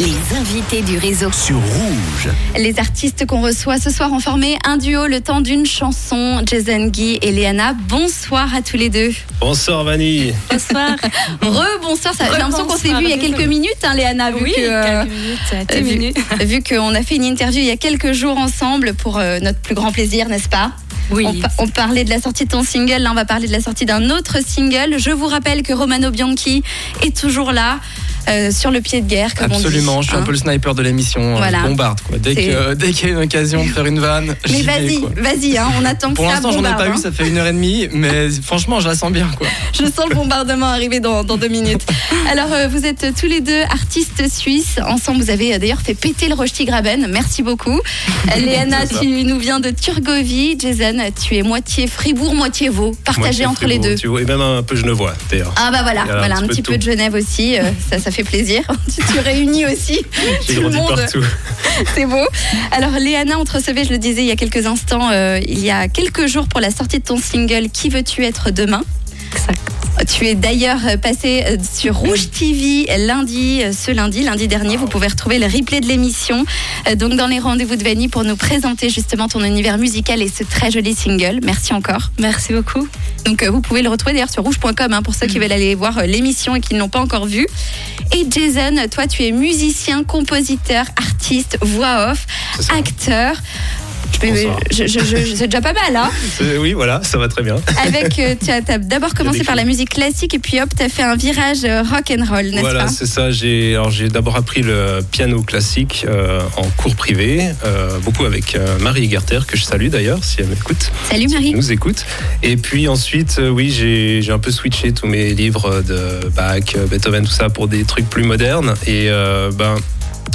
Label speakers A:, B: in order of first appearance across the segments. A: Les invités du réseau.
B: sur Rouge.
A: Les artistes qu'on reçoit ce soir ont formé un duo le temps d'une chanson. Jason Guy et Léana, bonsoir à tous les deux.
C: Bonsoir Vanille.
D: Bonsoir.
A: Rebonsoir, ça- j'ai l'impression qu'on s'est vu il y a quelques minutes, hein, Léana, vu
D: Ah Oui,
A: que, euh,
D: quelques minutes, dix
A: vu-
D: minutes.
A: vu qu'on a fait une interview il y a quelques jours ensemble pour euh, notre plus grand plaisir, n'est-ce pas on, pa- on parlait de la sortie de ton single, là on va parler de la sortie d'un autre single. Je vous rappelle que Romano Bianchi est toujours là, euh, sur le pied de guerre, comme on
E: Absolument,
A: dit.
E: je suis
A: hein.
E: un peu le sniper de l'émission, euh,
A: Voilà.
E: je bombarde quoi. Dès
A: C'est-
E: que- euh, dès qu'il y a une occasion de faire une vanne,
A: Mais
E: j'y vais,
A: vas-y,
E: quoi.
A: vas-y, hein, on attend que
E: Pour
A: ça
E: l'instant, j'en ai
A: bombarde,
E: pas
A: hein.
E: vu, ça fait une heure et demie, mais franchement, je la sens bien quoi.
A: Je sens le bombardement arriver dans, dans deux minutes. Alors, euh, vous êtes tous les deux artistes suisses. Ensemble, vous avez euh, d'ailleurs fait péter le Rochti Graben. Merci beaucoup. Euh, Léana,
C: C'est ça.
A: tu nous viens de Turgovie. Jason, tu es moitié Fribourg, moitié Vaud. Partagé
C: Moitié
A: entre les
C: Fribourg,
A: deux.
C: Tu vois, et même un peu Genevois d'ailleurs.
A: Ah bah voilà,
C: Il y a
A: voilà un petit peu, de
C: tout.
A: Genève aussi, euh, ça, ça fait plaisir. tu, tu réunis aussi
C: J'ai
A: tout le
C: grandi
A: monde.
C: partout.
A: C'est beau. Alors Léana, on te recevait, je le disais il y a quelques instants, euh, il y a quelques jours pour la sortie de ton single Qui veux-tu être demain
D: Exact.
A: Tu es d'ailleurs euh, passé euh, sur Rouge TV lundi, euh, ce lundi, lundi dernier. Vous pouvez retrouver le replay de l'émission, euh, donc dans les rendez-vous de Vanny pour nous présenter justement ton univers musical et ce très joli single. Merci encore.
D: Merci beaucoup. Mm.
A: Donc euh, vous pouvez le retrouver d'ailleurs sur rouge.com hein, pour ceux qui veulent aller voir euh, l'émission et qui ne l'ont pas encore vue. Et Jason, toi tu es musicien, compositeur, artiste, voix off,
C: C'est ça.
A: acteur. Je vais-
C: Bonsoir.
A: je- je- je- C'est déjà pas mal, hein
C: C'est- Euh, Oui, voilà, ça va très bien.
A: Avec, euh, tu as, t'as d'abord commencé
C: des
A: par la musique classique et puis hop, t'as fait un virage euh, rock and roll, n'est-ce
C: Voilà,
A: pas
C: c'est ça. J'ai alors j'ai d'abord appris le piano classique euh, en cours privé, euh, beaucoup avec euh, Marie Egerter que je salue d'ailleurs si elle m'écoute,
A: Salut Marie.
C: nous écoute. Et puis ensuite, euh, oui, j'ai j'ai un peu switché tous mes livres de Bach, euh, Beethoven, tout ça pour des trucs plus modernes. Et euh, ben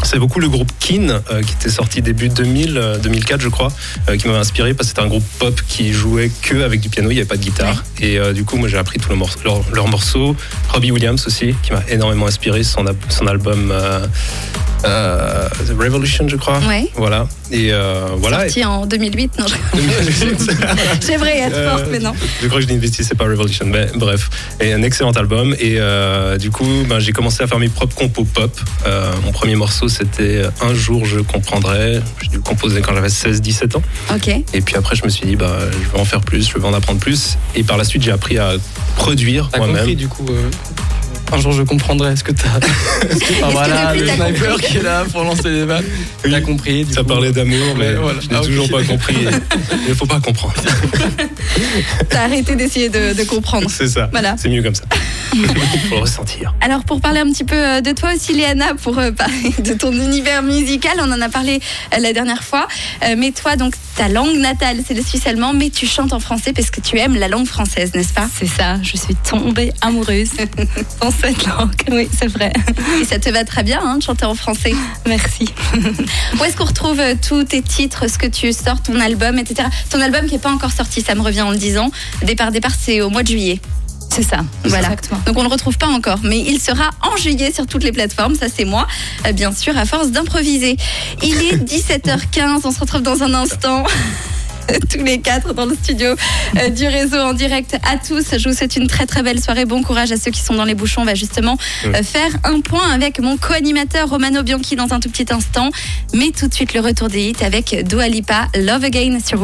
C: c'est beaucoup le groupe Kin euh, qui était sorti début 2000, euh, 2004 je crois, euh, qui m'avait inspiré parce que c'était un groupe pop qui jouait que avec du piano, il n'y avait pas de guitare. Et euh, du coup, moi j'ai appris tous leurs morceaux, leurs- leurs morceaux. Robbie Williams aussi, qui m'a énormément inspiré, son, ab- son album euh, euh, The Revolution je crois.
A: Ouais.
C: Voilà. Et euh, voilà.
A: Sorti en 2008, non, je- j'aimerais être
C: Euh,
A: forte, mais non.
C: Je crois que je n'investissais pas Revolution, mais bref. Et un excellent album. Et euh, du coup, ben, j'ai commencé à faire mes propres compos pop. Euh, mon premier morceau, c'était euh, Un jour je comprendrai. J'ai dû le composer quand j'avais 16-17 ans.
A: Ok.
C: Et puis après, je me suis dit, bah, je vais en faire plus, je vais en apprendre plus. Et par la suite, j'ai appris à produire
E: T'as
C: moi-même.
E: compris du coup. euh, Un jour, je comprendrai ce que t'as. ce que t'as-
A: que
E: voilà,
A: depuis,
E: le
A: t'as
E: sniper qui est là pour lancer les vannes.
C: Oui.
E: T'as compris. Du
C: Ça
E: coup.
C: parlait d'amour, mais
E: Ouais, voilà.
C: je n'ai
E: Ah, ok.
C: toujours pas compris. Il ne faut pas comprendre.
A: T'as arrêté d'essayer de, de comprendre.
C: C'est ça.
A: Voilà.
C: C'est mieux comme ça. Faut le ressentir.
A: Alors pour parler un petit peu euh, de toi aussi, Léana, pour euh, parler de ton univers musical, on en a parlé euh, la dernière fois. Euh, mais toi, donc ta langue natale, c'est le suisse allemand, mais tu chantes en français parce que tu aimes la langue française, n'est-ce pas
D: C'est ça, je suis tombée amoureuse dans cette langue. Oui, c'est vrai.
A: Et ça te va très bien hein, de chanter en français.
D: Merci.
A: Où est-ce qu'on retrouve euh, tous tes titres, ce que tu sors, ton album, etc. Ton album qui n'est pas encore sorti, ça me revient en le disant. Départ, départ, c'est au mois de juillet.
D: C'est ça.
A: Voilà.
D: Exactement.
A: Donc on ne le retrouve pas encore, mais il sera en juillet sur toutes les plateformes, ça c'est moi, euh, bien sûr, à force d'improviser. Il est 17h15, on se retrouve dans un instant. Tous les quatre dans le studio euh, du réseau en direct à tous. Je vous souhaite une très très belle soirée. Bon courage à ceux qui sont dans les bouchons. On va justement euh, faire un point avec mon co-animateur Romano Bianchi dans un tout petit instant. Mais tout de suite le retour des hits avec Dua Lipa, Love Again sur